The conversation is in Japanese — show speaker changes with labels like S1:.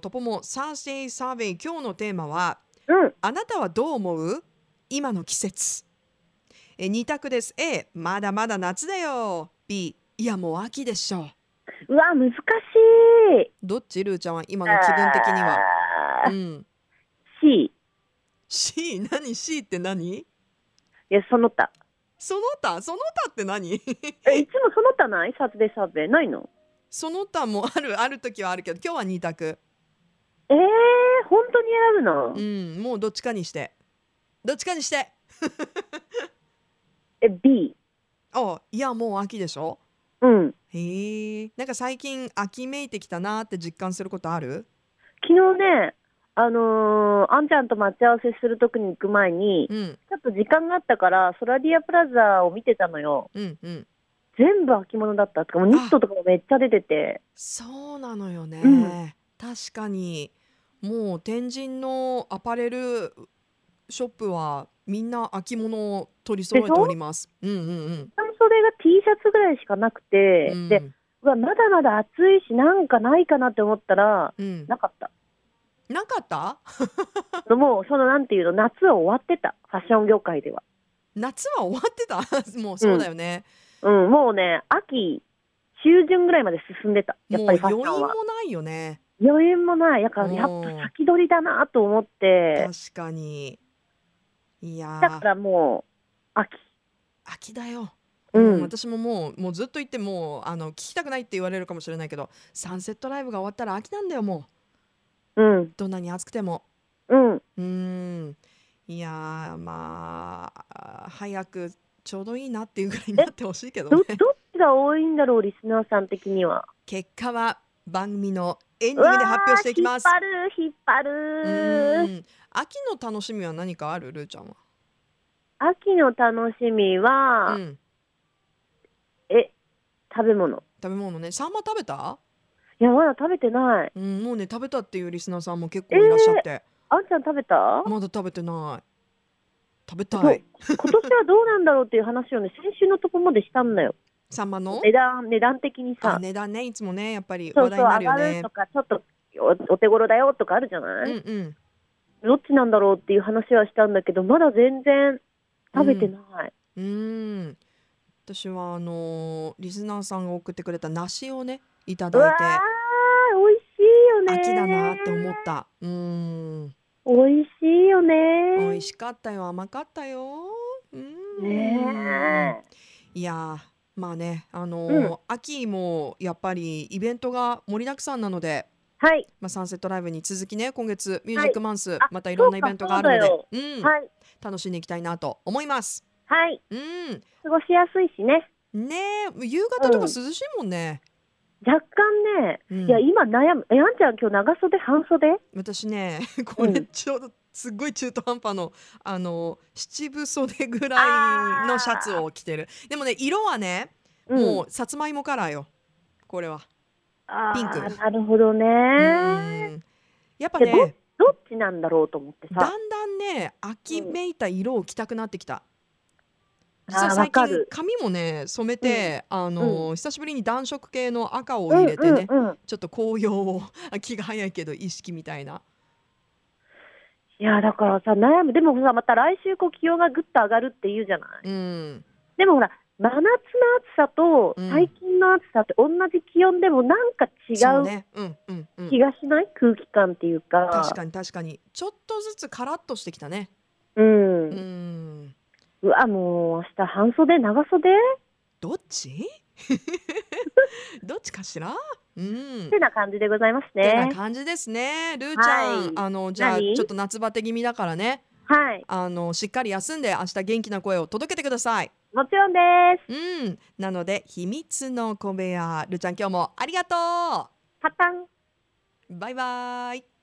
S1: トポモサーセイサーベイ今日のテーマは
S2: うん。
S1: あなたはどう思う今の季節えー二択です A まだまだ夏だよ B いやもう秋でしょう
S2: うわ、難しい。
S1: どっちルーちゃんは今の気分的には
S2: あ
S1: う
S2: ー。
S1: ん
S2: C。
S1: C 何 C って何
S2: いや、その他。
S1: その他その他って何
S2: え、いつもその他ないサーズデーサーベイ。ないの
S1: その他もあるある時はあるけど今日は二択
S2: えー、本当に選ぶの、
S1: うんもうどっちかにしてどっちかにして
S2: え、B。
S1: あいやもう秋でしょ
S2: うん。
S1: へえなんか最近秋めいてきたなって実感することある
S2: 昨日ね、あのーあんちゃんと待ち合わせするときに行く前に、
S1: うん
S2: ちょっと時間があったから、ソラディアプラザを見てたのよ。
S1: うんうん
S2: 全部秋物だった。とか、もうニットとかもめっちゃ出てて。
S1: そうなのよね、
S2: うん
S1: 確かにもう天神のアパレルショップはみんな秋物を取り揃えておりますうんうん
S2: でもそれが T シャツぐらいしかなくて、
S1: うん
S2: で、うわ、まだまだ暑いし、なんかないかなって思ったら、
S1: うんうん、
S2: なかった。
S1: なかった
S2: もうそのなんていうの夏は終わってたファッション業界では、
S1: 夏は終わってた もうそうだよね、
S2: うん、もうね秋中旬ぐらいまで進んでたやっ
S1: もう
S2: ぱりファ
S1: 余
S2: ッシ
S1: 韻
S2: ョン
S1: も
S2: は
S1: ないよね
S2: 余韻もないだからやっ
S1: おー
S2: ぱ先取りだなと思って
S1: 確かにいや
S2: だ
S1: ー
S2: からもう秋
S1: 秋だよう
S2: う
S1: ん
S2: ん、
S1: 私ももうもうずっと言ってもうあの聞きたくないって言われるかもしれないけどサンセットライブが終わったら秋なんだよもう
S2: うん
S1: どんなに暑くても
S2: うん
S1: うーんいやーまああ早くちょうどいいなっていうぐらいになってほしいけど
S2: どどっ
S1: ね
S2: ちが多いんだろうリスナーさん的には
S1: 結果は番組のエンデ
S2: う
S1: ィ
S2: わ
S1: ング
S2: ー
S1: で発表していきます
S2: 引っ張
S1: う
S2: る引っ張る
S1: ーん秋の楽しみは何かあるルーちゃんは、
S2: 秋の楽しみは、
S1: うん、
S2: え食べ物
S1: 食べ物ねサンマ食べた、
S2: いやまだ食べてない
S1: うん、もうね食べたっていうリスナーさんも結構いらっしゃって、
S2: あんちゃん食べた
S1: まだ食べてない食べたい
S2: そう今年はどうなんだろうっていう話をね先週のとこまでしたんだよ
S1: サンマの
S2: 値段値段的に
S1: あ
S2: さ、
S1: 値段ねいつもねやっぱり
S2: そ
S1: 話
S2: うそう
S1: 題にな
S2: 上
S1: るよ
S2: がる
S1: ね
S2: とかちょっとおお手頃だよとかあるじゃ
S1: う
S2: ない、
S1: んうん
S2: どっちなんだろうっていう話はしたんだけどまだ全然食べてない、
S1: うーん私はあのーリスナーさんが送ってくれた梨をねいた
S2: うわ
S1: だいて秋
S2: ー美味しいよ
S1: だ
S2: ね
S1: なって思ったうーん
S2: 美味しいよね
S1: 美味しかったよ甘かったようーん
S2: ねえ
S1: いやーまあねあのー
S2: うん
S1: 秋もやっぱりイベントが盛りだくさんなので
S2: はい、
S1: まあ、サンセットライブに続きね今月ミュージックマンス、
S2: あ
S1: またいろんなイベントがあるの
S2: そうか
S1: でうん
S2: はい
S1: 楽しんでいきたいなと思います。
S2: はい
S1: うん
S2: 過ごしやすいしね
S1: ねえ夕方とか涼
S2: うん
S1: しいもんね、
S2: 若干ね、
S1: うん
S2: いや今悩むえあんちゃん今日長袖半袖
S1: 私ね これ
S2: うん
S1: ちょうどすっごい中途半端のあの七分袖ぐらいのシャツを着てるでもね色はね、
S2: うん
S1: もうさつまいもカラーよこれは、
S2: あー
S1: ピンク
S2: なるほどね、
S1: うんやっぱね
S2: いやどっちなんだろうと思ってさ
S1: だんだんね秋めいた色を着たくなってきた、
S2: うん
S1: 実は
S2: あー
S1: 最
S2: わか
S1: 近
S2: る
S1: 髪もね染めて、あの久しぶりに暖色系の赤を入れてね、
S2: うんうんうん、
S1: ちょっと紅葉を気が早いけど意識みたいない
S2: やだからさ悩むでもさまた来週こう気温がぐっと上がるって言うじゃない
S1: うん
S2: でもほら真夏の暑さと
S1: うん
S2: 最近の暑さって同じ気温でもなんか違
S1: そう
S2: う
S1: ねうんうんうん
S2: 気がしない、空気感っていうか
S1: 確かに確かにちょっとずつカラッとしてきたね
S2: うん、
S1: う
S2: うんわもう明日半袖長袖っ
S1: どっち どっちかしらうん
S2: てな感じでございます
S1: てな
S2: ね
S1: 感じですねルーちゃん、
S2: はい
S1: あのじゃあち
S2: 何
S1: ょっと夏バテ気味だからね
S2: はい
S1: あのしっかり休んで明日元気な声を届けてください
S2: もちろんです
S1: うんなので秘密の小部屋ルーちゃん今日もありがと
S2: パタン
S1: うバイバイ